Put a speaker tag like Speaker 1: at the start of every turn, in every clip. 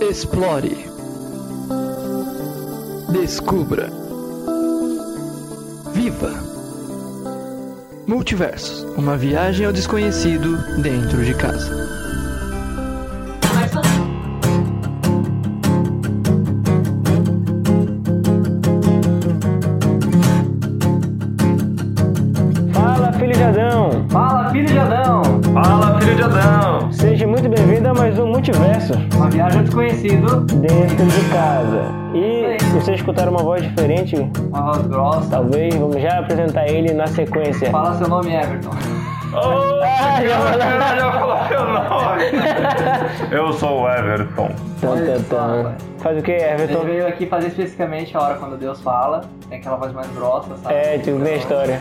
Speaker 1: Explore. Descubra. Viva. Multiversos uma viagem ao desconhecido dentro de casa.
Speaker 2: Fala, filho de Adão!
Speaker 3: Fala, filho de Adão!
Speaker 4: Fala, filho de Adão!
Speaker 2: Seja muito bem-vindo a mais um Multiverso
Speaker 3: Uma viagem ao desconhecido,
Speaker 2: dentro de casa. E vocês escutaram uma voz diferente?
Speaker 3: uma voz grossa.
Speaker 2: Talvez, vamos já apresentar ele na sequência.
Speaker 3: Fala seu nome, Everton.
Speaker 4: Oh,
Speaker 2: Ah, já falou.
Speaker 4: cara, já falou meu nome! Eu sou o Everton.
Speaker 2: Tum, tum, tum. Faz o que,
Speaker 3: Ele
Speaker 2: Everton?
Speaker 3: veio aqui fazer especificamente a hora quando Deus fala. Tem aquela voz mais grossa, sabe?
Speaker 2: É, tipo, bem a história.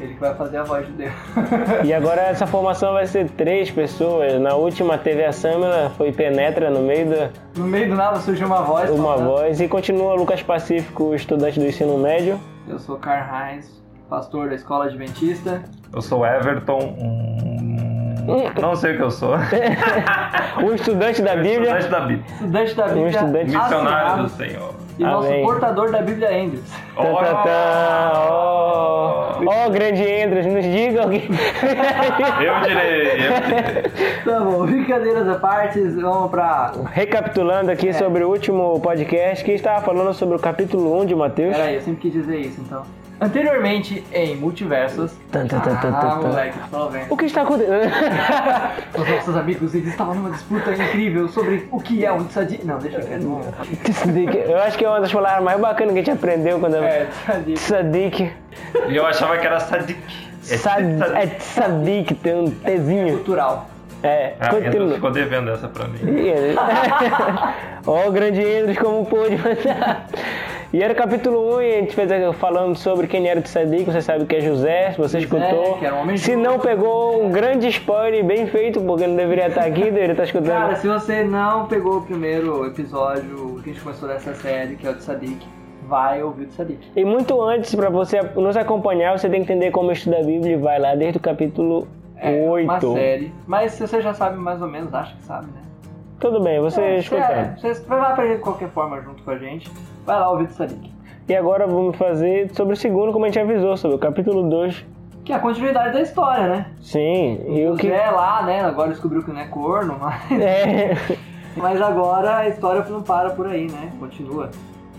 Speaker 3: Ele que vai fazer a voz de Deus.
Speaker 2: E agora essa formação vai ser três pessoas. Na última teve a Samila, foi penetra no meio da
Speaker 3: no meio do nada surge uma voz.
Speaker 2: uma
Speaker 3: falando,
Speaker 2: voz. E continua Lucas Pacífico, estudante do ensino médio.
Speaker 3: Eu sou Karl Heinz, pastor da escola adventista.
Speaker 4: Eu sou o Everton. hum, Não sei o que eu sou.
Speaker 2: Um estudante da Bíblia.
Speaker 4: Estudante da Bíblia.
Speaker 3: Estudante da Bíblia.
Speaker 2: Um estudante.
Speaker 4: Missionário do
Speaker 3: assinado,
Speaker 4: Senhor.
Speaker 3: E
Speaker 2: Amém.
Speaker 3: nosso portador da Bíblia Andrews.
Speaker 2: Tá, tá, tá.
Speaker 4: Oh.
Speaker 2: Ó, ó, grande Endros, nos diga alguém.
Speaker 4: Eu direi. eu direi.
Speaker 3: tá bom, brincadeiras à parte, vamos pra.
Speaker 2: Recapitulando
Speaker 3: É.
Speaker 2: aqui sobre o último podcast que estava falando sobre o capítulo 1 de Mateus.
Speaker 3: Peraí, eu sempre quis dizer isso então. Anteriormente em Multiversos.
Speaker 2: Tan, tan, tan, tan, tan,
Speaker 3: Ah,
Speaker 2: tan.
Speaker 3: moleque, tô vendo.
Speaker 2: O que está acontecendo?
Speaker 3: Os nossos amigos eles estavam numa disputa incrível sobre o que é um tzadik. Não, deixa quieto. vamos.
Speaker 2: Eu acho que é uma das palavras mais bacanas que a gente aprendeu quando eu.
Speaker 3: É, tzadik.
Speaker 2: Tzadik.
Speaker 4: E eu achava que era Sadik. É
Speaker 2: Sad- É
Speaker 4: Sadik.
Speaker 2: tzadik, tem um Tzinho.
Speaker 3: Cultural.
Speaker 2: É,
Speaker 4: Ah, Andrew
Speaker 2: continua.
Speaker 4: ficou devendo essa pra mim.
Speaker 2: Ó, o grande Endros como pôde mandar. E era o capítulo 1 e a gente fez a- falando sobre quem era o Tzadik, você sabe que é José, se você escutou.
Speaker 3: que era um homem
Speaker 2: se não pegou um grande spoiler bem feito, porque não deveria estar aqui, deveria estar escutando.
Speaker 3: Cara, se você não pegou o primeiro episódio que a gente começou dessa série, que é o tzadik, vai ouvir o tzadik.
Speaker 2: E muito antes, pra você nos acompanhar, você tem que entender como estuda a Bíblia e vai lá desde o capítulo
Speaker 3: É uma
Speaker 2: 8.
Speaker 3: série. Mas se você já sabe mais ou menos, acho que sabe, né?
Speaker 2: Tudo bem, você
Speaker 3: É,
Speaker 2: escutando.
Speaker 3: é, Você vai lá aprender de qualquer forma junto com a gente. Vai lá ouvir o tzadik.
Speaker 2: E agora vamos fazer sobre o segundo, como a gente avisou, sobre o capítulo 2.
Speaker 3: Que é a continuidade da história, né?
Speaker 2: Sim, e o
Speaker 3: O
Speaker 2: que.
Speaker 3: Zé lá, né? Agora descobriu que não é corno, mas.
Speaker 2: É.
Speaker 3: Mas agora a história não para por aí, né? Continua.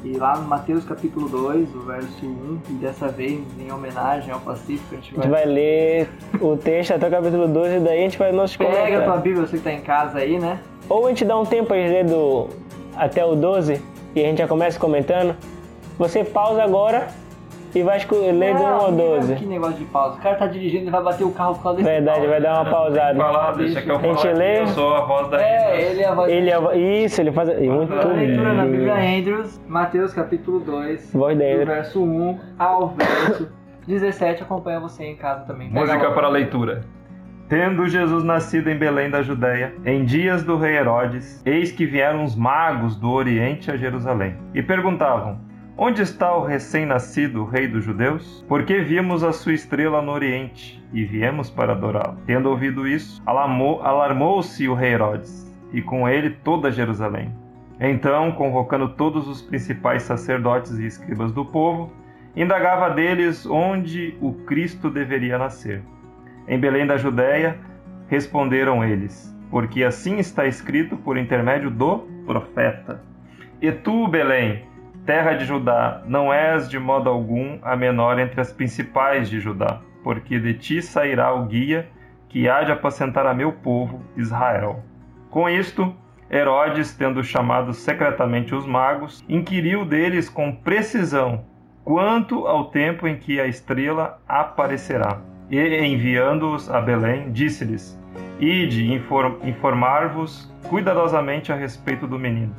Speaker 3: E lá no Mateus capítulo 2, o verso 1, e dessa vez em homenagem ao Pacífico, a gente
Speaker 2: A gente
Speaker 3: vai.
Speaker 2: vai ler o texto até o capítulo 12 e daí a gente faz nossos
Speaker 3: Pega a tua
Speaker 2: comentários.
Speaker 3: Bíblia, você que tá em casa aí, né?
Speaker 2: Ou a gente dá um tempo aí ler do até o 12 e a gente já começa comentando. Você pausa agora e vai esco- ler do 1
Speaker 3: Não,
Speaker 2: ao 12.
Speaker 3: Ah, Que negócio de pausa. O cara tá dirigindo e vai bater o carro por causa desse.
Speaker 2: Verdade, vai dar uma pausada.
Speaker 4: Falar, deixa que eu
Speaker 2: A gente
Speaker 4: falar. aqui,
Speaker 2: lê?
Speaker 4: Eu sou a voz da
Speaker 3: É,
Speaker 4: Bíblia.
Speaker 3: ele é a voz.
Speaker 2: Ele é o- Isso, ele faz. e Muito
Speaker 3: A leitura na Bíblia
Speaker 2: bem.
Speaker 3: Andrews, Mateus capítulo 2,
Speaker 2: Voz da
Speaker 3: do
Speaker 2: Andrews.
Speaker 3: verso 1 ao verso 17. Acompanha você em casa também. Pega
Speaker 4: Música
Speaker 3: lá.
Speaker 4: para leitura. Tendo Jesus nascido em Belém da Judéia, em dias do rei Herodes, eis que vieram os magos do Oriente a Jerusalém e perguntavam: Onde está o recém-nascido rei dos judeus? Porque vimos a sua estrela no Oriente e viemos para adorá-lo. Tendo ouvido isso, alarmou- alarmou-se o rei Herodes e com ele toda Jerusalém. Então, convocando todos os principais sacerdotes e escribas do povo, indagava deles onde o Cristo deveria nascer. Em Belém da Judéia, responderam eles, porque assim está escrito por intermédio do profeta. E tu, Belém, terra de Judá, não és de modo algum a menor entre as principais de Judá, porque de ti sairá o guia que há de apacentar a meu povo, Israel. Com isto, Herodes, tendo chamado secretamente os magos, inquiriu deles com precisão quanto ao tempo em que a estrela aparecerá. E, enviando-os a Belém, disse-lhes: Ide infor- informar-vos cuidadosamente a respeito do menino.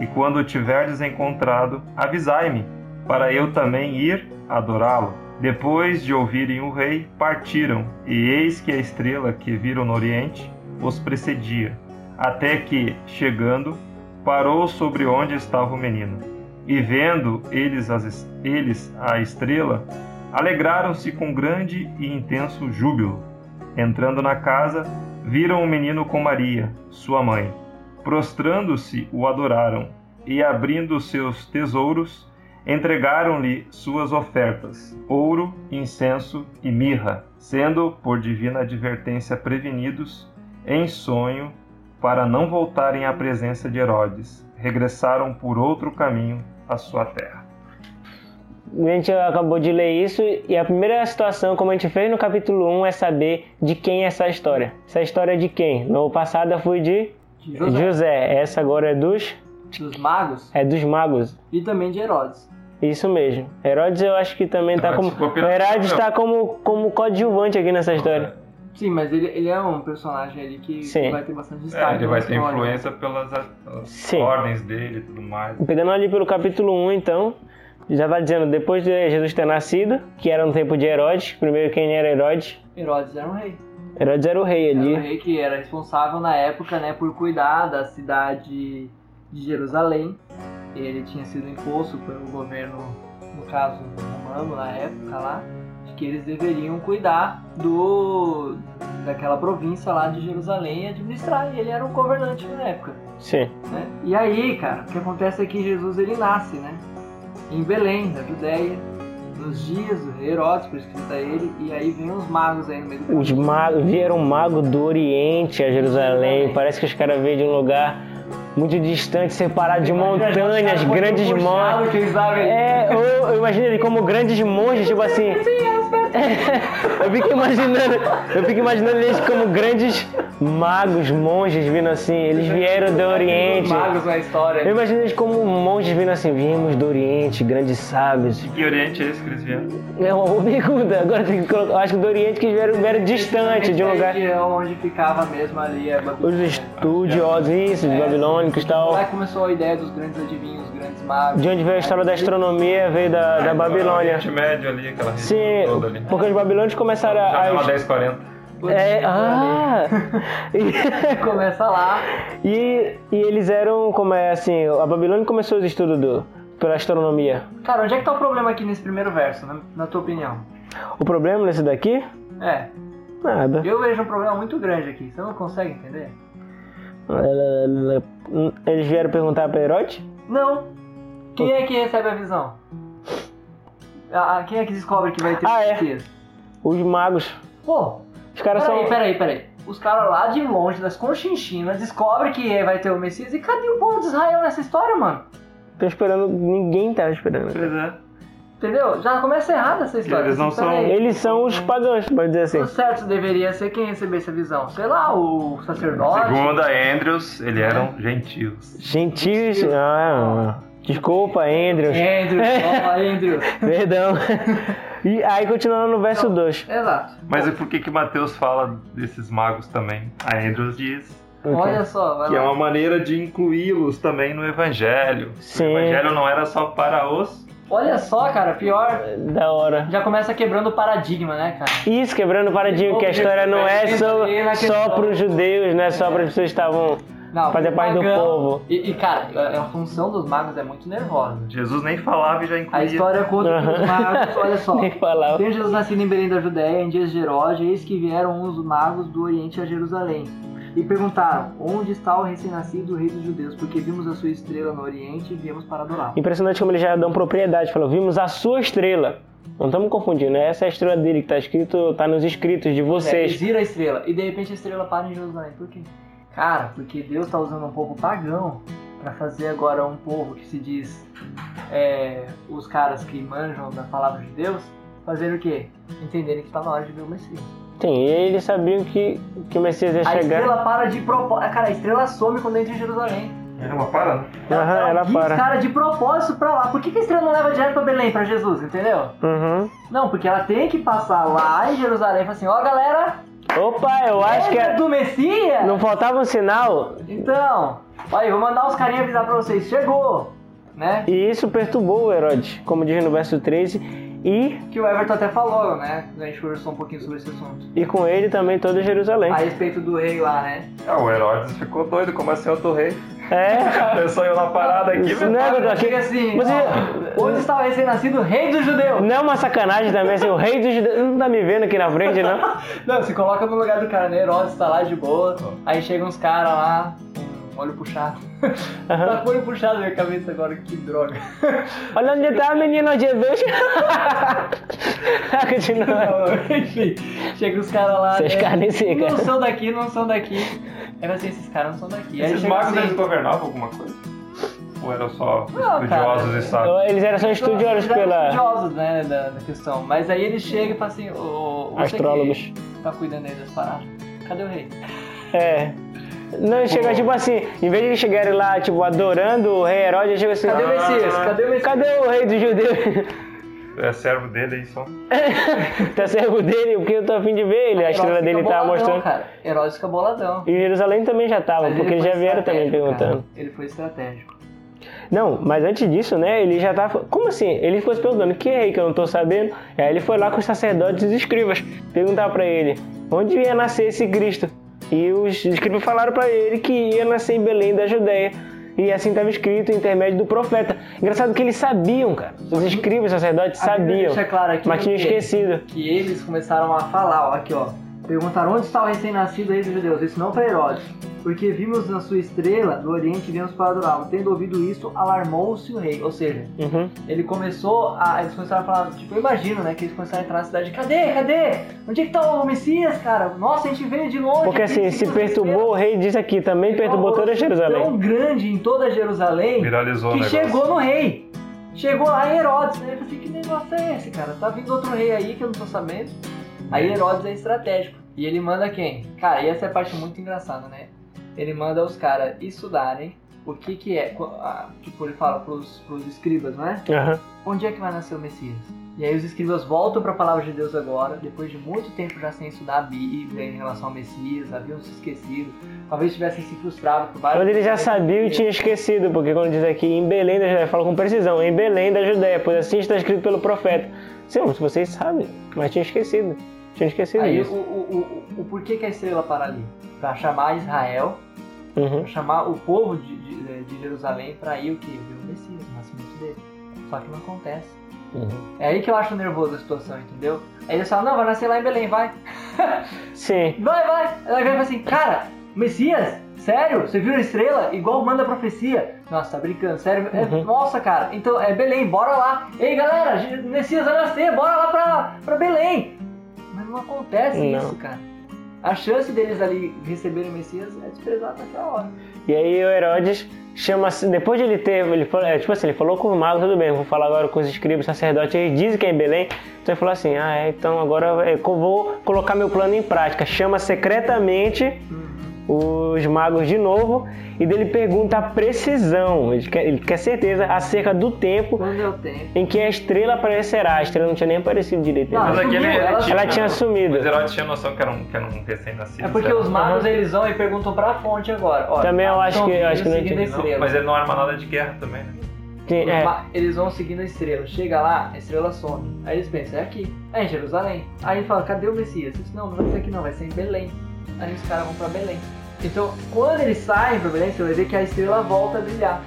Speaker 4: E quando o tiverdes encontrado, avisai-me, para eu também ir adorá-lo. Depois de ouvirem o rei, partiram, e eis que a estrela que viram no Oriente os precedia, até que, chegando, parou sobre onde estava o menino. E vendo eles, as- eles a estrela, alegraram-se com grande e intenso júbilo. Entrando na casa, viram o menino com Maria, sua mãe, prostrando-se, o adoraram, e abrindo seus tesouros, entregaram-lhe suas ofertas, ouro, incenso e mirra, sendo, por divina advertência, prevenidos, em sonho, para não voltarem à presença de Herodes, regressaram por outro caminho à sua terra.
Speaker 2: A gente acabou de ler isso e a primeira situação, como a gente fez no capítulo 1, é saber de quem é essa história. Essa história é de quem? No passado foi de
Speaker 3: de
Speaker 2: José.
Speaker 3: José,
Speaker 2: Essa agora é dos
Speaker 3: dos magos
Speaker 2: é dos magos.
Speaker 3: e também de Herodes.
Speaker 2: Isso mesmo. Herodes eu acho que também tá
Speaker 4: Herodes
Speaker 2: como
Speaker 4: ficou
Speaker 2: o
Speaker 4: pela-
Speaker 2: Herodes está como como coadjuvante aqui nessa história.
Speaker 3: Sim, mas ele, ele é um personagem ali que
Speaker 2: Sim.
Speaker 3: vai ter bastante destaque.
Speaker 4: É, ele vai
Speaker 3: na
Speaker 4: ter
Speaker 3: história.
Speaker 4: influência pelas, pelas
Speaker 2: Sim.
Speaker 4: ordens dele e tudo mais.
Speaker 2: Pegando ali pelo capítulo 1, então, já vai dizendo depois de Jesus ter nascido, que era no tempo de Herodes, primeiro quem era Herodes?
Speaker 3: Herodes era um rei.
Speaker 2: Herodes era o rei
Speaker 3: Era um
Speaker 2: ali.
Speaker 3: rei que era responsável na época, né, por cuidar da cidade de Jerusalém. Ele tinha sido imposto pelo governo, no caso romano na época lá, de que eles deveriam cuidar do daquela província lá de Jerusalém e administrar. E ele era o governante na época.
Speaker 2: Sim.
Speaker 3: né? E aí, cara, o que acontece é que Jesus ele nasce, né? Em Belém, na Judéia, nos dias do Herodes, por escrita ele, e aí vem os magos aí no meio do
Speaker 2: Os
Speaker 3: caminho.
Speaker 2: magos vieram mago do Oriente a Jerusalém. Parece que os caras veio de um lugar muito distante, separado de montanhas, grandes montes. É, eu, eu imagino ele como grandes monges, tipo assim. É, eu fico imaginando, eu fico imaginando eles como grandes magos, monges vindo assim. Eles vieram do
Speaker 3: né? Os
Speaker 2: Oriente.
Speaker 3: magos na história.
Speaker 2: Eu imagino eles como monges vindo assim, viemos do Oriente, grandes sábios.
Speaker 4: Que oriente é esse que eles vieram?
Speaker 2: É uma boa pergunta. Agora tem que colocar. Eu acho que do Oriente que eles vieram, vieram distante de um lugar.
Speaker 3: região onde ficava mesmo ali a
Speaker 2: Os
Speaker 3: Babilônia.
Speaker 2: estudiosos, isso, os babilônicos e tal.
Speaker 3: Lá começou a ideia dos grandes adivinhos, dos grandes magos.
Speaker 2: De onde veio a história da astronomia, veio da, da Babilônia.
Speaker 4: Oriente Médio ali, aquela região
Speaker 2: Sim,
Speaker 4: toda ali.
Speaker 2: porque os babilônicos começaram
Speaker 4: Janela
Speaker 2: a.
Speaker 4: 1040.
Speaker 2: É, ah!
Speaker 3: né?
Speaker 2: E-
Speaker 3: Começa lá.
Speaker 2: ah! e, e eles eram, como é assim, a Babilônia começou os estudos do, pela astronomia.
Speaker 3: Cara, onde é que tá o problema aqui nesse primeiro verso, na, na tua opinião?
Speaker 2: O problema nesse daqui?
Speaker 3: É,
Speaker 2: Nada.
Speaker 3: eu vejo um problema muito grande aqui, você não consegue entender?
Speaker 2: Eles vieram perguntar pra Herodes?
Speaker 3: Não. Quem é que recebe a visão? Ah, ah, quem é que descobre que vai ter
Speaker 2: Ah, é.
Speaker 3: Messias?
Speaker 2: Os magos.
Speaker 3: Pô,
Speaker 2: Os caras
Speaker 3: peraí,
Speaker 2: são.
Speaker 3: peraí, peraí. Os caras lá de longe, das conchinchinas, descobrem que vai ter o Messias. E cadê o povo de Israel nessa história, mano?
Speaker 2: Tô esperando. Ninguém tá esperando.
Speaker 4: Pois é.
Speaker 3: Entendeu? Já começa errada essa história.
Speaker 4: Eles não um
Speaker 3: Assim, peraí.
Speaker 2: Eles são os pagãos, pode dizer assim.
Speaker 3: O certo deveria ser quem recebesse a visão. Sei lá, o sacerdote.
Speaker 4: Segundo a Andrews, eles eram
Speaker 2: É.
Speaker 4: gentios.
Speaker 2: Gentios. Ah, desculpa, Andrews.
Speaker 3: Andrew, ó, Andrew.
Speaker 2: Perdão. E aí, continuando no verso 2.
Speaker 3: Exato.
Speaker 4: Mas e por que que Mateus fala desses magos também? A Andrews diz
Speaker 3: Olha só, vai
Speaker 4: que é
Speaker 3: lá.
Speaker 4: uma maneira de incluí-los também no evangelho.
Speaker 2: Sim.
Speaker 4: O evangelho não era só para os...
Speaker 3: Olha só, cara, pior.
Speaker 2: Da hora.
Speaker 3: Já começa quebrando o paradigma, né, cara?
Speaker 2: Isso, quebrando o paradigma, que a história não é só, só para os judeus, né? Só para as pessoas que estavam.
Speaker 3: Não,
Speaker 2: Fazer
Speaker 3: o
Speaker 2: parte do
Speaker 3: pagão-
Speaker 2: povo.
Speaker 3: E, e, cara, a, a função dos magos é muito nervosa.
Speaker 4: Jesus nem falava e já incluía.
Speaker 3: A história conta que
Speaker 2: Aham.
Speaker 3: os magos, olha só.
Speaker 2: Nem falar.
Speaker 3: Tem Jesus nascido em Belém da Judéia, em dias de Herodes, eis que vieram uns magos do Oriente a Jerusalém. E perguntaram, onde está o recém-nascido rei dos judeus? Porque vimos a sua estrela no Oriente e viemos para adorá-lo.
Speaker 2: Impressionante como eles já dão propriedade. Falou, vimos a sua estrela. Não estamos confundindo, né? Essa é a estrela dele que tá escrito, tá nos escritos de
Speaker 3: Eles
Speaker 2: vocês.
Speaker 3: viram É, a estrela e de repente a estrela para em Jerusalém. Por quê? Cara, porque Deus tá usando um povo pagão pra fazer agora um povo que se diz é, os caras que manjam da palavra de Deus fazer o quê? Entenderem que tá na hora de ver o Messias.
Speaker 2: Sim, e eles sabiam que, que o Messias ia
Speaker 3: É, A
Speaker 2: chegar.
Speaker 3: estrela para de propósito. Cara, a estrela some quando entra em Jerusalém.
Speaker 4: Era uma parada.
Speaker 2: Aham, ela
Speaker 3: diz,
Speaker 2: para.
Speaker 3: cara, de propósito pra lá. Por que, que a estrela não leva direto pra Belém, pra Jesus, entendeu?
Speaker 2: Uhum.
Speaker 3: Não, porque ela tem que passar lá em Jerusalém e falar assim: ó, galera,
Speaker 2: Opa, eu acho que.
Speaker 3: é do Messias!
Speaker 2: Não faltava um sinal
Speaker 3: Então, olha aí, vou mandar os carinhas avisar pra vocês, chegou! Né?
Speaker 2: E isso perturbou o Herodes, como diz no verso 13, e,
Speaker 3: Que o Everton até falou, né? A gente conversou um pouquinho sobre esse assunto.
Speaker 2: e com ele também toda Jerusalém.
Speaker 3: A respeito do rei lá, né?
Speaker 4: Ah, o Herodes ficou doido, como assim eu tô rei?
Speaker 2: É,
Speaker 4: Pensou eu na parada aqui,
Speaker 2: isso não é
Speaker 4: verdade.
Speaker 2: verdade.
Speaker 3: Chega assim,
Speaker 2: Você-
Speaker 3: ó, onde está o recém-nascido rei dos judeus?
Speaker 2: Não é uma sacanagem também, assim, o rei dos judeus não tá me vendo aqui na frente, não?
Speaker 3: Não, se coloca no lugar do cara, né? Herodes tá lá de boa, aí chega uns caras lá, olho puxado. tá com o olho puxado na minha cabeça agora, que droga.
Speaker 2: Olha onde tá, menino Jesus. Continua.
Speaker 3: Não, Enfim, chega os caras lá.
Speaker 2: Esses
Speaker 3: né?
Speaker 2: caras nem se-
Speaker 3: Não são daqui, não são daqui. Era assim, esses caras não são daqui. Aí
Speaker 4: Esses
Speaker 3: chega
Speaker 4: magos
Speaker 3: assim,
Speaker 4: eles governavam alguma coisa? Ou eram só
Speaker 3: Não,
Speaker 4: estudiosos
Speaker 3: Ah, cara.
Speaker 4: e sábios?
Speaker 2: Eles eram só estudiosos
Speaker 3: eles eram
Speaker 2: pela
Speaker 3: Estudiosos, né, da, da questão. Mas aí ele chega e fala assim, ô, ô, você
Speaker 2: astrólogos.
Speaker 3: que tá cuidando aí das paradas, cadê o rei?
Speaker 2: É. Não, eles chegaram tipo assim, em vez de eles chegarem lá, tipo, adorando o rei Herodes, eles chegam assim,
Speaker 3: Cadê o
Speaker 4: Ah.
Speaker 3: Messias? Cadê o Messias?
Speaker 2: cadê o rei dos judeus?
Speaker 4: É servo dele aí só.
Speaker 2: tá servo dele, porque eu tô afim de ver ele, a
Speaker 3: Herodes
Speaker 2: estrela
Speaker 3: fica
Speaker 2: dele tá
Speaker 3: boladão,
Speaker 2: mostrando.
Speaker 3: Cara. Herodes fica boladão.
Speaker 2: E Jerusalém também já tava,
Speaker 3: Mas
Speaker 2: porque
Speaker 3: ele
Speaker 2: eles
Speaker 3: foi
Speaker 2: já vieram também
Speaker 3: estratégico, cara.
Speaker 2: perguntando.
Speaker 3: Ele foi estratégico.
Speaker 2: Não, mas antes disso, né, ele já tava. Como assim? Ele ficou se perguntando, que rei que eu não tô sabendo? Aí ele foi lá com os sacerdotes e os escribas perguntar pra ele onde ia nascer esse Cristo. E os escribas falaram pra ele que ia nascer em Belém da Judéia. E assim tava escrito em intermédio do profeta. Engraçado que eles sabiam, cara. Os escribas e sacerdotes
Speaker 3: A Bíblia
Speaker 2: sabiam.
Speaker 3: Deixa claro aqui
Speaker 2: Mas tinham
Speaker 3: que- é.
Speaker 2: esquecido.
Speaker 3: que eles começaram a falar, ó, aqui ó. Perguntaram onde está o recém-nascido rei dos judeus, isso não para Herodes. Porque vimos na sua estrela do Oriente e viemos para adorá-lo. Tendo ouvido isso, alarmou-se o rei. Ou seja,
Speaker 2: Uhum.
Speaker 3: ele começou a. Eles começaram a falar, tipo, eu imagino, né? Que eles começaram a entrar na cidade. Cadê? Cadê? Onde é que tá o Messias, cara? Nossa, a gente veio de longe.
Speaker 2: Porque assim, se perturbou o rei, diz aqui, também perturbou toda Jerusalém.
Speaker 3: Tão grande em toda Jerusalém
Speaker 4: Viralizou o
Speaker 3: que
Speaker 4: negócio.
Speaker 3: chegou no rei. Chegou lá em Herodes, né? Eu falei, que negócio é esse, cara? Tá vindo outro rei aí que eu não tô sabendo. Aí Herodes é estratégico. E ele manda quem? Cara, e essa é a parte muito engraçada, né? Ele manda os caras estudarem o que que é. qu- ah, Tipo, ele fala pros, pros escribas, não é?
Speaker 2: Aham.
Speaker 3: Onde é que vai nascer o Messias? E aí os escribas voltam pra palavra de Deus agora, depois de muito tempo já sem estudar a Bíblia em relação ao Messias, haviam se esquecido, talvez tivessem se frustrado por né? vários...
Speaker 2: Quando ele já sabia, eu tinha esquecido, porque quando diz aqui em Belém da Judéia, fala com precisão, em Belém da Judéia, pois assim está escrito pelo profeta. Sim, vocês sabem, mas tinha esquecido. Tinha esquecido
Speaker 3: Aí o,
Speaker 2: disso.
Speaker 3: o, o, o- o porquê que a estrela para ali? Pra chamar Israel,
Speaker 2: Uhum.
Speaker 3: pra chamar o povo de, de, de Jerusalém pra ir o quê? Ver o Messias, o nascimento dele. Só que não acontece.
Speaker 2: Uhum.
Speaker 3: É aí que eu acho nervoso a situação, entendeu? Aí eles falam, não, vai nascer lá em Belém, vai.
Speaker 2: Sim.
Speaker 3: Vai, vai! Ela vai assim, cara, Messias? Sério? Você viu a estrela? Igual manda a profecia. Nossa, tá brincando, sério? É,
Speaker 2: Uhum.
Speaker 3: Nossa, cara, então é Belém, bora lá. Ei, galera, Je- Messias vai nascer, bora lá pra, pra Belém. Mas não acontece
Speaker 2: Não.
Speaker 3: isso, cara. A chance deles ali receberem o Messias é desprezada naquela hora.
Speaker 2: E aí o Herodes chama, assim, depois de ele ter, ele falou, é, tipo assim, ele falou com os magos, tudo bem, vou falar agora com os escribas, sacerdotes, eles dizem que é em Belém. Então ele falou assim, ah, é, então agora é, co- vou colocar meu plano em prática. Chama secretamente os magos de novo e dele pergunta a precisão, ele quer, ele quer certeza acerca do tempo
Speaker 3: Quando eu tenho.
Speaker 2: em que a estrela aparecerá. A estrela não tinha nem aparecido direito.
Speaker 3: Não,
Speaker 2: ainda.
Speaker 4: Mas
Speaker 3: sumiu,
Speaker 4: aquele
Speaker 3: ela-
Speaker 4: tinha-
Speaker 2: Ela tinha sumido.
Speaker 4: Mas Herodes tinha noção que era um, que era um recém-nascido.
Speaker 3: É porque
Speaker 4: sei lá.
Speaker 3: os magos eles vão e perguntam pra fonte agora. Olha,
Speaker 2: Uhum. Também eu acho
Speaker 3: tão
Speaker 2: que- eu
Speaker 3: vindo
Speaker 2: acho que não
Speaker 3: seguindo a
Speaker 2: tinha-
Speaker 3: estrela.
Speaker 4: Não, mas ele não arma nada de guerra também, né?
Speaker 2: Sim, é.
Speaker 3: Ma- Eles vão seguindo a estrela. Chega lá, a estrela some. Aí eles pensam, é aqui. É em Jerusalém. Aí ele fala, cadê o Messias? Eles, não, não vai ser aqui não, vai ser em Belém. Aí os caras vão pra Belém. Então, quando eles saem pra Belém, você vai ver que a estrela volta a brilhar.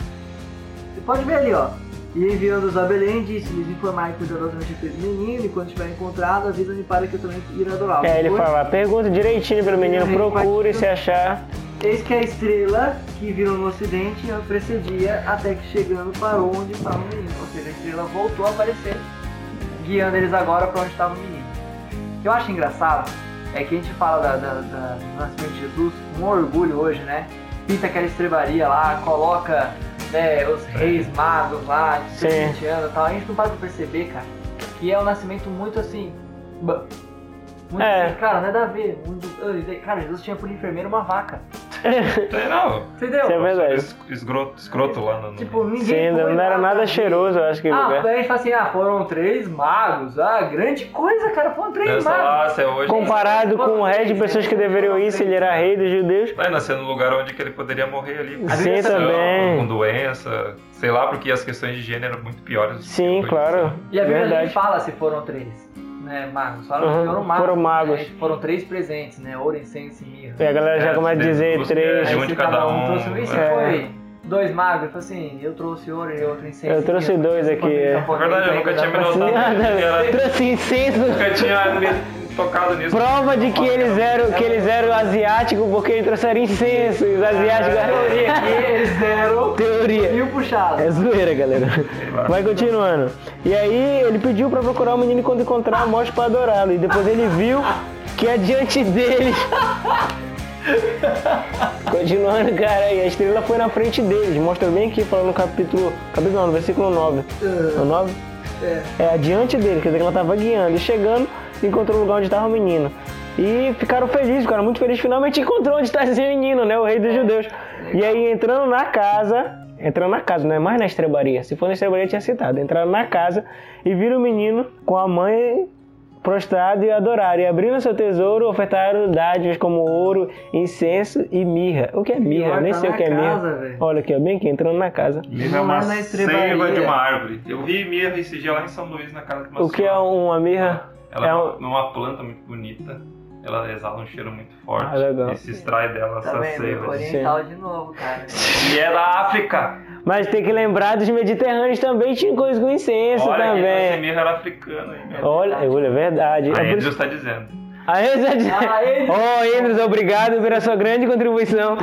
Speaker 3: Você pode ver ali, ó. E enviando-os a Belém, disse-lhes informar cuidadosamente aquele menino, e quando tiver encontrado, avisa-me para que eu também irá adorá-lo.
Speaker 2: É, ele
Speaker 3: Depois,
Speaker 2: fala, pergunta direitinho pro menino, procure se achar.
Speaker 3: Eis que a estrela que viram no ocidente a precedia até que chegando parou onde estava o menino. Ou seja, a estrela voltou a aparecer, guiando eles agora para onde estava o menino. O que eu acho engraçado é que a gente fala da, da, da- do nascimento de Jesus com orgulho hoje, né? Pinta aquela estrebaria lá, coloca né, os reis magos lá, de
Speaker 2: Sim.
Speaker 3: 120 anos e tal. A gente não para pra perceber, cara, que é um nascimento muito assim. ba- Muito
Speaker 2: É.
Speaker 3: assim, cara, nada a ver. Muito- Cara, Jesus tinha por enfermeiro uma vaca.
Speaker 4: Tem, não.
Speaker 3: Entendeu?
Speaker 2: Isso é verdade.
Speaker 4: Es- Escroto, escroto lá no. no-
Speaker 3: Tipo, ninguém.
Speaker 2: Sim,
Speaker 3: foi
Speaker 2: não era
Speaker 3: lá
Speaker 2: nada né?
Speaker 3: pra-
Speaker 2: cheiroso, eu acho que o
Speaker 3: Ah,
Speaker 2: lugar.
Speaker 3: daí a gente fala assim: ah, foram três magos. Ah, grande coisa, cara, foram três
Speaker 4: Essa
Speaker 3: magos.
Speaker 4: lá, se é hoje.
Speaker 2: Comparado com o resto de pessoas que deveriam ir, se ele era rei dos judeus.
Speaker 4: Vai nascer num lugar onde que ele poderia morrer ali. com
Speaker 2: Sim,
Speaker 4: depressão,
Speaker 2: também.
Speaker 4: Com doença, sei lá, porque as questões de gênero eram muito piores. do que
Speaker 2: Sim,
Speaker 4: hoje,
Speaker 2: claro.
Speaker 4: sabe?
Speaker 3: E a Bíblia nem
Speaker 2: Verdade.
Speaker 3: fala se foram três né, magos. Fala
Speaker 2: Uhum,
Speaker 3: que foram magos.
Speaker 2: foram magos.
Speaker 3: né? Foram três presentes, né? Ouro, incenso e mirra.
Speaker 2: E a galera já
Speaker 4: É,
Speaker 2: começa a
Speaker 4: tem
Speaker 2: dizer
Speaker 4: duas
Speaker 2: três.
Speaker 4: mulheres.
Speaker 3: Aí
Speaker 4: um de
Speaker 3: se
Speaker 4: cada um,
Speaker 3: trouxe um. E se
Speaker 2: é.
Speaker 3: foi dois magos? Ele falou assim: eu trouxe ouro e outro incenso.
Speaker 2: Eu
Speaker 3: e
Speaker 2: trouxe
Speaker 3: mirra. Tipo,
Speaker 2: dois aqui,
Speaker 3: Quando ele
Speaker 2: é.
Speaker 3: tá
Speaker 4: Na
Speaker 3: podendo,
Speaker 4: verdade, eu nunca
Speaker 3: ele dá
Speaker 4: tinha me
Speaker 3: pra-
Speaker 4: notado.
Speaker 2: Nada,
Speaker 4: Era-
Speaker 2: Trouxe incenso.
Speaker 4: Nunca tinha me tocado nisso.
Speaker 2: Prova de que eles eram, que eles eram asiáticos porque eles trouxeram incenso. e Os asiáticos.
Speaker 3: Teoria aqui, eles deram
Speaker 2: Teoria.
Speaker 3: mil puxados.
Speaker 2: É zoeira, galera. Vai continuando. E aí ele pediu pra procurar o menino e quando encontrar, mostre pra adorá-lo. E depois ele viu que adiante dele. Continuando, cara, e a estrela foi na frente deles. Mostra bem aqui, falando no capítulo. Capítulo não, no versículo 9.
Speaker 3: Ah.
Speaker 2: No 9?
Speaker 3: É.
Speaker 2: É, adiante dele, quer dizer que ela tava guiando. E chegando, encontrou o lugar onde estava o menino. E ficaram felizes, ficaram muito felizes. Finalmente encontrou onde está esse menino, né? O rei dos judeus. E aí, entrando na casa, entrando na casa, não é mais na estrebaria. Se for na estrebaria, eu tinha citado. Entraram na casa e viram o menino com a mãe prostrado e adoraram. E abrindo seu tesouro, ofertaram dádivas como ouro, incenso e mirra. O que é mirra?
Speaker 3: Pior,
Speaker 2: Eu Nem
Speaker 3: tá
Speaker 2: sei o
Speaker 3: na
Speaker 2: que é
Speaker 3: casa,
Speaker 2: mirra.
Speaker 3: velho.
Speaker 2: Olha aqui, ó, bem aqui, entrando na casa.
Speaker 4: Mirra é
Speaker 3: Não
Speaker 4: uma
Speaker 3: é na
Speaker 4: seiva
Speaker 3: estrebaria.
Speaker 4: de uma árvore. Eu vi mirra esse dia lá em São Luís, na casa de uma
Speaker 2: O que é
Speaker 4: senhora.
Speaker 2: uma mirra?
Speaker 4: Ela
Speaker 2: é
Speaker 4: é
Speaker 2: um-
Speaker 4: uma planta muito bonita. Ela exala um cheiro muito forte.
Speaker 2: Ah, legal.
Speaker 4: E se extrai dela
Speaker 3: Tá
Speaker 4: essa
Speaker 3: vendo?
Speaker 4: seiva.
Speaker 3: Oriental de novo, cara.
Speaker 4: E é da África.
Speaker 2: Mas tem que lembrar dos mediterrâneos também, tinha coisa com incenso
Speaker 4: Olha, esse
Speaker 2: também.
Speaker 4: mirra era africano aí mesmo.
Speaker 2: Olha, olha, é verdade.
Speaker 4: A
Speaker 2: É por
Speaker 4: Andrews
Speaker 2: isso-
Speaker 4: está dizendo.
Speaker 2: A Endres...
Speaker 3: Ah, Endres.
Speaker 2: Oh, Endres, obrigado pela sua grande contribuição.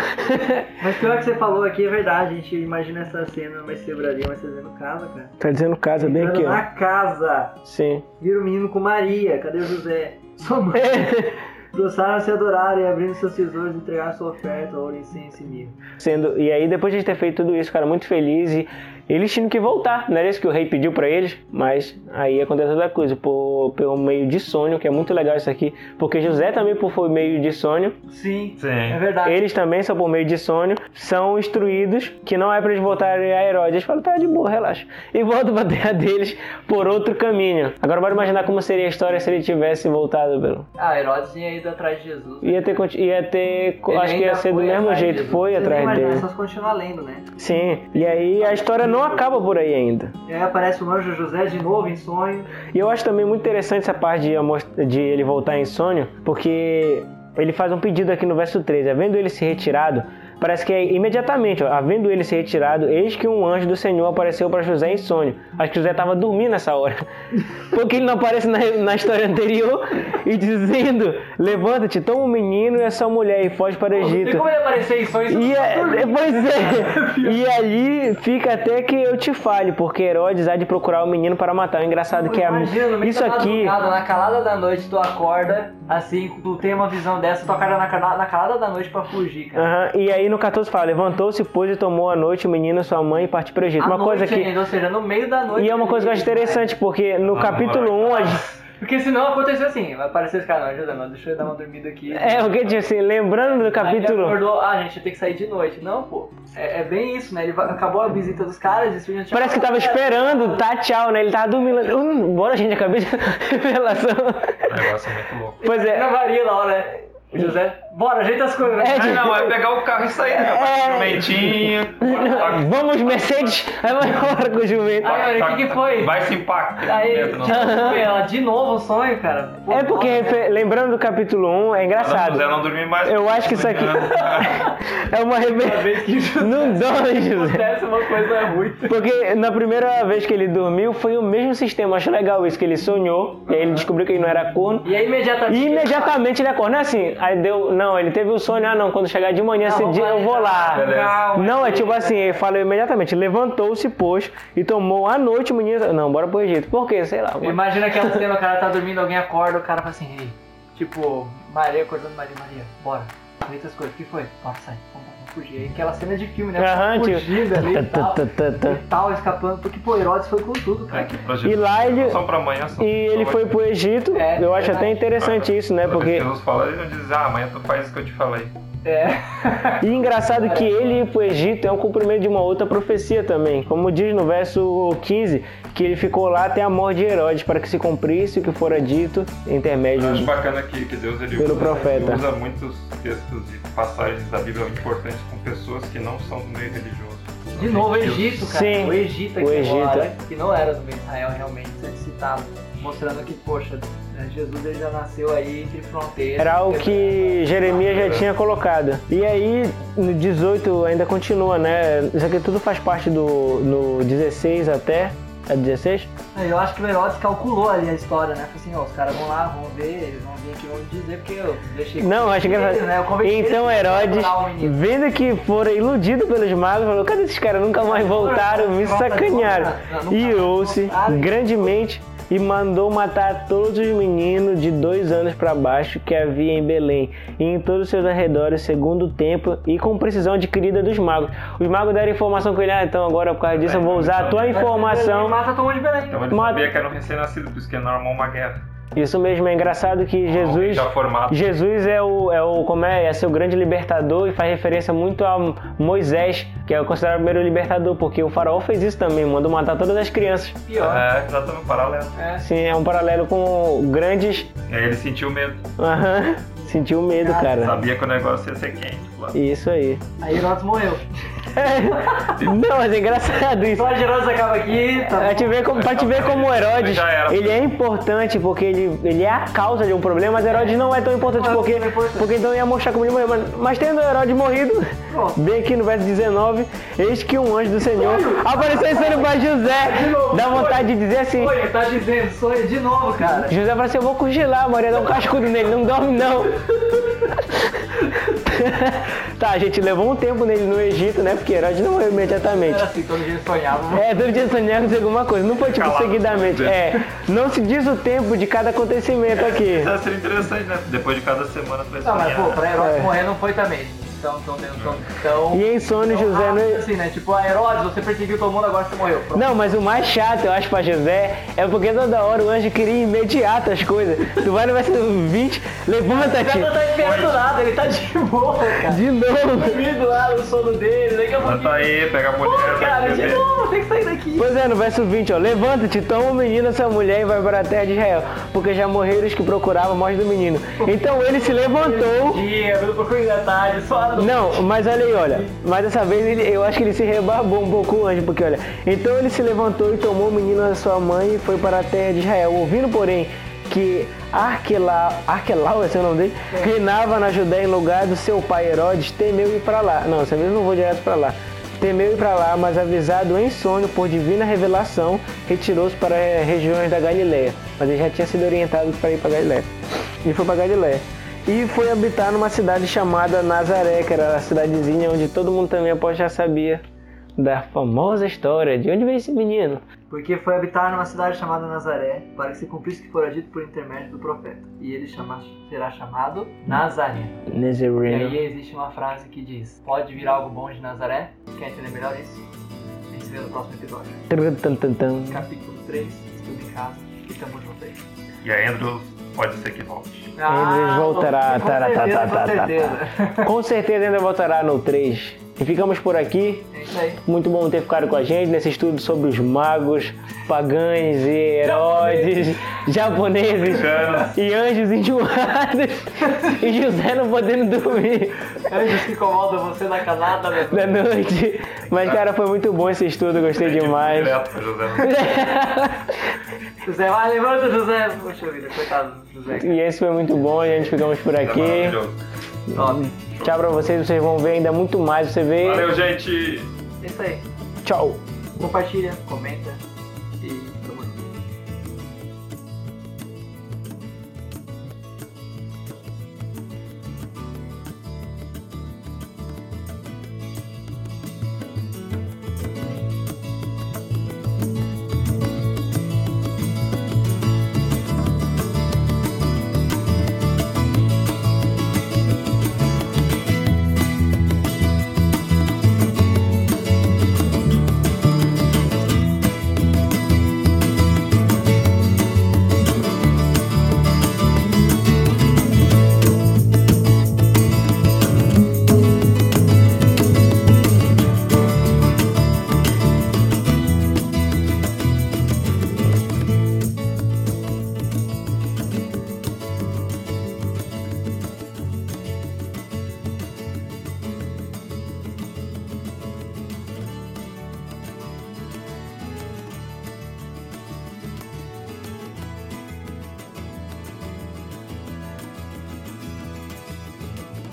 Speaker 3: Mas pior que você falou aqui é verdade, a gente imagina essa cena numa estrebaria, mas fazendo casa, cara.
Speaker 2: tá dizendo casa bem
Speaker 3: Entrando
Speaker 2: aqui, ó.
Speaker 3: na casa,
Speaker 2: Sim.
Speaker 3: vira o menino com Maria, cadê o José? Sua mãe.
Speaker 2: É.
Speaker 3: Doçaram-se e adoraram, e abrindo seus tesouros, entregaram sua oferta, ouro, incenso e mirra.
Speaker 2: Sendo... E aí, depois de ter feito tudo isso, cara, muito feliz. E eles tinham que voltar. Não era isso que o rei pediu pra eles, mas aí aconteceu outra coisa. Por... Pelo meio de sonho, que é muito legal isso aqui. Porque José também por foi meio de sonho.
Speaker 3: Sim, é
Speaker 4: Sim.
Speaker 3: verdade.
Speaker 2: Eles também, só por meio de sonho, são instruídos que não é pra eles voltarem a Herodes. Eles falam, tá de boa, relaxa. E voltam pra terra deles por outro caminho. Agora bora imaginar como seria a história se ele tivesse voltado pelo.
Speaker 3: Ah, Herodes tinha ido atrás de Jesus.
Speaker 2: Ia ter. conti- Ia ter
Speaker 3: Ele
Speaker 2: acho que ia
Speaker 3: ainda
Speaker 2: ser do
Speaker 3: foi
Speaker 2: mesmo
Speaker 3: atrás de
Speaker 2: jeito,
Speaker 3: Jesus.
Speaker 2: foi
Speaker 3: Você nem
Speaker 2: atrás
Speaker 3: imagina,
Speaker 2: dele.
Speaker 3: Só se continua lendo, né?
Speaker 2: Sim. E aí a história não acaba por aí ainda.
Speaker 3: E aí aparece o anjo José de novo em sonho.
Speaker 2: E eu acho também muito interessante essa parte de, amos- de ele voltar em sonho, porque ele faz um pedido aqui no verso 13. Havendo ele se retirado, parece que é imediatamente, ó, havendo ele se retirado, eis que um anjo do Senhor apareceu para José em sonho. Acho que José estava dormindo nessa hora, porque ele não aparece na, na história anterior, e dizendo: Levanta-te, toma o menino e a sua mulher e foge para o
Speaker 3: E
Speaker 2: Egito.
Speaker 3: como ele apareceu em sonho?
Speaker 2: E é, pois é. E ali fica até que eu te fale, porque Herodes há de procurar o menino para matar. O engraçado é que é
Speaker 3: Imagina, tá no meio
Speaker 2: isso
Speaker 3: da
Speaker 2: aqui.
Speaker 3: madrugada, Na calada da noite, tu acorda, assim, tu tem uma visão dessa, tu acorda na, cala- na calada da noite pra fugir, cara.
Speaker 2: Aham, E aí no 14 fala, levantou-se, pôs e tomou à noite o menino, sua mãe e partiu para o Egito.
Speaker 3: À
Speaker 2: Uma coisa
Speaker 3: noite
Speaker 2: que.
Speaker 3: ainda, ou seja, no meio da noite. né?
Speaker 2: E é uma coisa que eu acho interessante, porque no
Speaker 4: Ah,
Speaker 2: capítulo 1 a gente-
Speaker 3: Porque senão aconteceu assim, vai aparecer os caras, não, José, não, deixa eu dar uma dormida aqui.
Speaker 2: É, o que tipo assim, lembrando do
Speaker 3: Aí ele
Speaker 2: capítulo.
Speaker 3: acordou, ah, gente, eu tenho que sair de noite. Não, pô. É, é bem isso, né? Ele va- acabou a visita dos caras, disse, gente,
Speaker 2: Parece que tava esperando, tá tchau, né? Ele tava dormindo. Hum, bora, gente, acabei de. Revelação.
Speaker 4: O negócio é muito louco.
Speaker 2: Pois é.
Speaker 3: Na varia lá, né? O José, bora, ajeita as coisas.
Speaker 2: É,
Speaker 3: né?
Speaker 4: Ah,
Speaker 2: gente.
Speaker 4: não, é pegar o carro e sair, né? Bate o jumentinho.
Speaker 2: É. Vamos, Mercedes! Aí vai embora com o jumento.
Speaker 3: Ai, olha, o que que foi?
Speaker 4: Vai se impactar.
Speaker 3: Aí, tipo,
Speaker 4: não.
Speaker 3: foi ela, de novo o sonho, cara. Pô,
Speaker 2: É porque,
Speaker 3: nossa,
Speaker 2: refe- lembrando do capítulo 1, é
Speaker 4: Ela não,
Speaker 2: engraçado.
Speaker 4: ela não dormir mais.
Speaker 2: Eu acho que isso aqui é uma
Speaker 3: né? vez que
Speaker 2: referência.
Speaker 3: isso
Speaker 2: Não dói, José.
Speaker 3: acontece uma coisa ruim.
Speaker 2: Porque na primeira vez que ele dormiu foi o mesmo sistema. Acho legal isso, que ele sonhou, e aí ele descobriu que ele não era corno.
Speaker 3: E aí imediatamente.
Speaker 2: E imediatamente ele acorda. Não é assim, aí deu. Não, ele teve o sonho, ah não, quando chegar de manhã esse
Speaker 3: vamos
Speaker 2: dia eu vou lá.
Speaker 3: planejar, calma.
Speaker 2: Não, é tipo assim, ele falou imediatamente, levantou-se, pôs e tomou à noite o menino. Não, bora pro Egito. Por quê? Sei lá.
Speaker 3: Imagina aquela cena, o cara tá dormindo, alguém acorda, o cara fala assim, ei, tipo, Maria acordando, Maria, Maria, bora. Ajeita as coisas, o que foi? Bora, sai, vamos, vamos fugir. Aí aquela cena de filme, né?
Speaker 2: Aham, tipo,
Speaker 3: Fugindo ali e tal,
Speaker 2: tá, tá, tá, tá.
Speaker 3: e tal, escapando, porque, pô, Herodes foi com tudo, cara.
Speaker 4: Tá Aqui pra
Speaker 2: E
Speaker 4: gente.
Speaker 2: lá ele.
Speaker 4: Só pra amanhã. Só,
Speaker 2: E ele
Speaker 4: só
Speaker 2: foi
Speaker 4: vai-
Speaker 2: pro Egito.
Speaker 3: É,
Speaker 2: eu acho
Speaker 3: verdade.
Speaker 2: até interessante isso, né?
Speaker 4: Toda
Speaker 2: Porque.
Speaker 4: vez que Jesus fala, ele não diz, ah, amanhã tu faz isso que eu te falei.
Speaker 3: É.
Speaker 2: E engraçado que ele ir pro Egito é um cumprimento de uma outra profecia também. Como diz no verso 15, que ele ficou lá até a morte de Herodes, para que se cumprisse o que fora dito
Speaker 4: Eu
Speaker 2: intermédio.
Speaker 4: acho bacana que, que Deus ele
Speaker 2: É, Pelo
Speaker 4: usa,
Speaker 2: profeta.
Speaker 4: ele usa muitos textos e passagens da Bíblia importantes com pessoas que não são do meio religioso. Então,
Speaker 3: De novo, o Egito, cara.
Speaker 2: Sim,
Speaker 3: o Egito aqui
Speaker 2: o Egito.
Speaker 3: agora, que não era do meio de Israel realmente, sendo citado, mostrando que, poxa, né, Jesus ele já nasceu aí entre fronteiras. é,
Speaker 2: Era o que Jeremias já
Speaker 4: Era.
Speaker 2: tinha colocado. E aí, no 18 ainda continua, né? Isso aqui tudo faz parte do no 16 até. É 16?
Speaker 3: É, Eu acho que o Herodes calculou ali a história, né? Falou assim, ó, os caras vão lá, vão ver, eles vão vir aqui, vão dizer, porque eu deixei...
Speaker 2: Não, acho que é
Speaker 3: eles, né? Eu convenci eles
Speaker 2: Então
Speaker 3: que eles
Speaker 2: Herodes,
Speaker 3: iam procurar um o menino.
Speaker 2: vendo que fora iludido pelos magos, falou: cadê esses caras? Nunca mais voltaram, me sacanearam. Irou-se grandemente e mandou matar todos os meninos de dois anos para baixo que havia em Belém e em todos os seus arredores, segundo o tempo e com precisão adquirida dos magos. Os magos deram informação com ele: ah, então agora por causa disso eu vou usar a tua informação.
Speaker 3: Mata Tomão de Belém.
Speaker 4: Então ele
Speaker 2: Mas-
Speaker 4: sabia que era um recém-nascido, por isso que normal uma guerra.
Speaker 2: Isso mesmo, é engraçado que
Speaker 4: Alguém
Speaker 2: Jesus.
Speaker 4: Já formado.
Speaker 2: Jesus é o, é o como é, é seu grande libertador e faz referência muito a Moisés, que é considerado o primeiro libertador, porque o faraó fez isso também, mandou matar todas as crianças.
Speaker 3: Pior.
Speaker 4: É, exatamente, um paralelo.
Speaker 3: É.
Speaker 2: Assim, é um paralelo com grandes.
Speaker 4: E aí É, ele sentiu medo.
Speaker 2: Aham, sentiu medo,
Speaker 3: É.
Speaker 2: cara.
Speaker 4: Sabia que o negócio ia ser quente. lá.
Speaker 2: Isso aí.
Speaker 3: Aí Herodes morreu.
Speaker 2: Não, mas é engraçado isso.
Speaker 3: Só de Herodes acaba aqui, tá
Speaker 2: Pra te ver como, pra te ver como Herodes,
Speaker 4: Já era.
Speaker 2: ele é importante porque ele, ele é a causa de um problema, mas Herodes não é tão importante
Speaker 3: Não é
Speaker 2: porque,
Speaker 3: tão importante.
Speaker 2: porque então ia mostrar como ele morreu. Mas, mas tendo Herodes morrido,
Speaker 3: Pronto.
Speaker 2: bem aqui no verso 19, eis que um anjo do Senhor apareceu em sonho pra
Speaker 3: De
Speaker 2: José,
Speaker 3: novo,
Speaker 2: dá
Speaker 3: foi.
Speaker 2: vontade de dizer assim.
Speaker 3: Oi, tá dizendo, sou eu de novo, cara.
Speaker 2: José falou assim, eu vou congelar, Maria, dá um cascudo nele, não dorme não. tá, a gente levou um tempo nele no Egito, né? Porque Herodes não morreu imediatamente.
Speaker 3: Era assim, todo dia eu sonhava.
Speaker 2: É, todo dia sonhando com alguma coisa. Não foi tipo
Speaker 4: Calado.
Speaker 2: seguidamente. É, não se diz o tempo de cada acontecimento aqui.
Speaker 4: Isso seria interessante, né? Depois de cada semana tu vai
Speaker 3: Não, Tá, mas
Speaker 4: sonhar,
Speaker 3: pô,
Speaker 4: né?
Speaker 3: pra Herodes
Speaker 2: É.
Speaker 3: morrer não foi também. Então, então, então, então...
Speaker 2: E em sono, José
Speaker 3: não...
Speaker 2: não.
Speaker 3: Assim, né? Tipo, a Herodes, você perseguiu todo mundo, agora você morreu. Pronto.
Speaker 2: Não, mas o mais chato, eu acho, pra José, é porque toda hora o anjo queria imediato as coisas. Tu vai no verso 20,
Speaker 3: O cara não
Speaker 2: levanta-te.
Speaker 3: tá esperando nada, ele tá de boa, cara.
Speaker 2: De novo.
Speaker 3: Dormindo lá no sono dele, daqui a pouquinho.
Speaker 4: Levanta tá aí, pega a mulher,
Speaker 3: Pô, cara,
Speaker 4: vai
Speaker 3: de
Speaker 4: beber.
Speaker 3: novo, tem que sair daqui.
Speaker 2: Pois é, no verso 20, ó. Levanta-te, toma o menino, e sua mulher e vai para a terra de Israel, porque já morreram os que procuravam a morte do menino. Então ele se levantou.
Speaker 3: Dia, eu procuro da tarde, só a noite.
Speaker 2: Não, mas olha aí, olha. Mas dessa vez ele- eu acho que ele se rebarbou um pouco o anjo, porque olha. Então ele se levantou e tomou o menino da sua mãe e foi para a terra de Israel. Ouvindo, porém, que Arquelau, Arquelau esse é o nome dele, reinava na Judéia em lugar do seu pai Herodes, temeu ir para lá. Não, essa vez eu não vou direto para lá. Temeu ir para lá, mas avisado em sonho por divina revelação, retirou-se para eh, regiões da Galileia. Mas ele já tinha sido orientado para ir para Galileia. E foi para Galileia e foi habitar numa cidade chamada Nazaré, que era a cidadezinha onde todo mundo também após já sabia da famosa história de onde veio esse menino.
Speaker 3: Porque foi habitar numa cidade chamada Nazaré, para que se cumprisse o que fora dito por intermédio do profeta. E ele chama- será chamado Nazareno. E
Speaker 2: Nazareno.
Speaker 3: aí existe uma frase que diz: Pode vir algo bom de Nazaré? Quer entender melhor isso? A gente se vê no próximo episódio.
Speaker 2: Trum, tum, tum, tum.
Speaker 3: Capítulo 3, estudo em casa e tamo junto aí.
Speaker 4: E a Andrews pode ser que volte.
Speaker 2: Andrews voltará,
Speaker 3: Ah, com
Speaker 2: tará, tá,
Speaker 3: certeza,
Speaker 2: tá, tá,
Speaker 3: com
Speaker 2: tá.
Speaker 3: certeza.
Speaker 2: Com certeza ainda voltará no 3. E ficamos por aqui.
Speaker 3: É isso aí.
Speaker 2: Muito bom ter ficado com a gente nesse estudo sobre os magos, pagães e herodes, japoneses
Speaker 4: Canos.
Speaker 2: e anjos enjoados e José não podendo dormir.
Speaker 3: Anjos É que incomodam você na calada, meu
Speaker 2: da noite. Mas, cara, foi muito bom esse estudo, gostei demais.
Speaker 4: Direto pro José.
Speaker 3: José, vai, levanta, José. Poxa vida, coitado do José.
Speaker 2: E esse foi muito bom, gente. Ficamos por aqui.
Speaker 4: Maravilhoso.
Speaker 3: Top.
Speaker 2: Tá Tchau pra vocês, vocês vão ver ainda muito mais. Você vê.
Speaker 4: Valeu, gente!
Speaker 3: É isso aí.
Speaker 2: Tchau.
Speaker 3: Compartilha, comenta e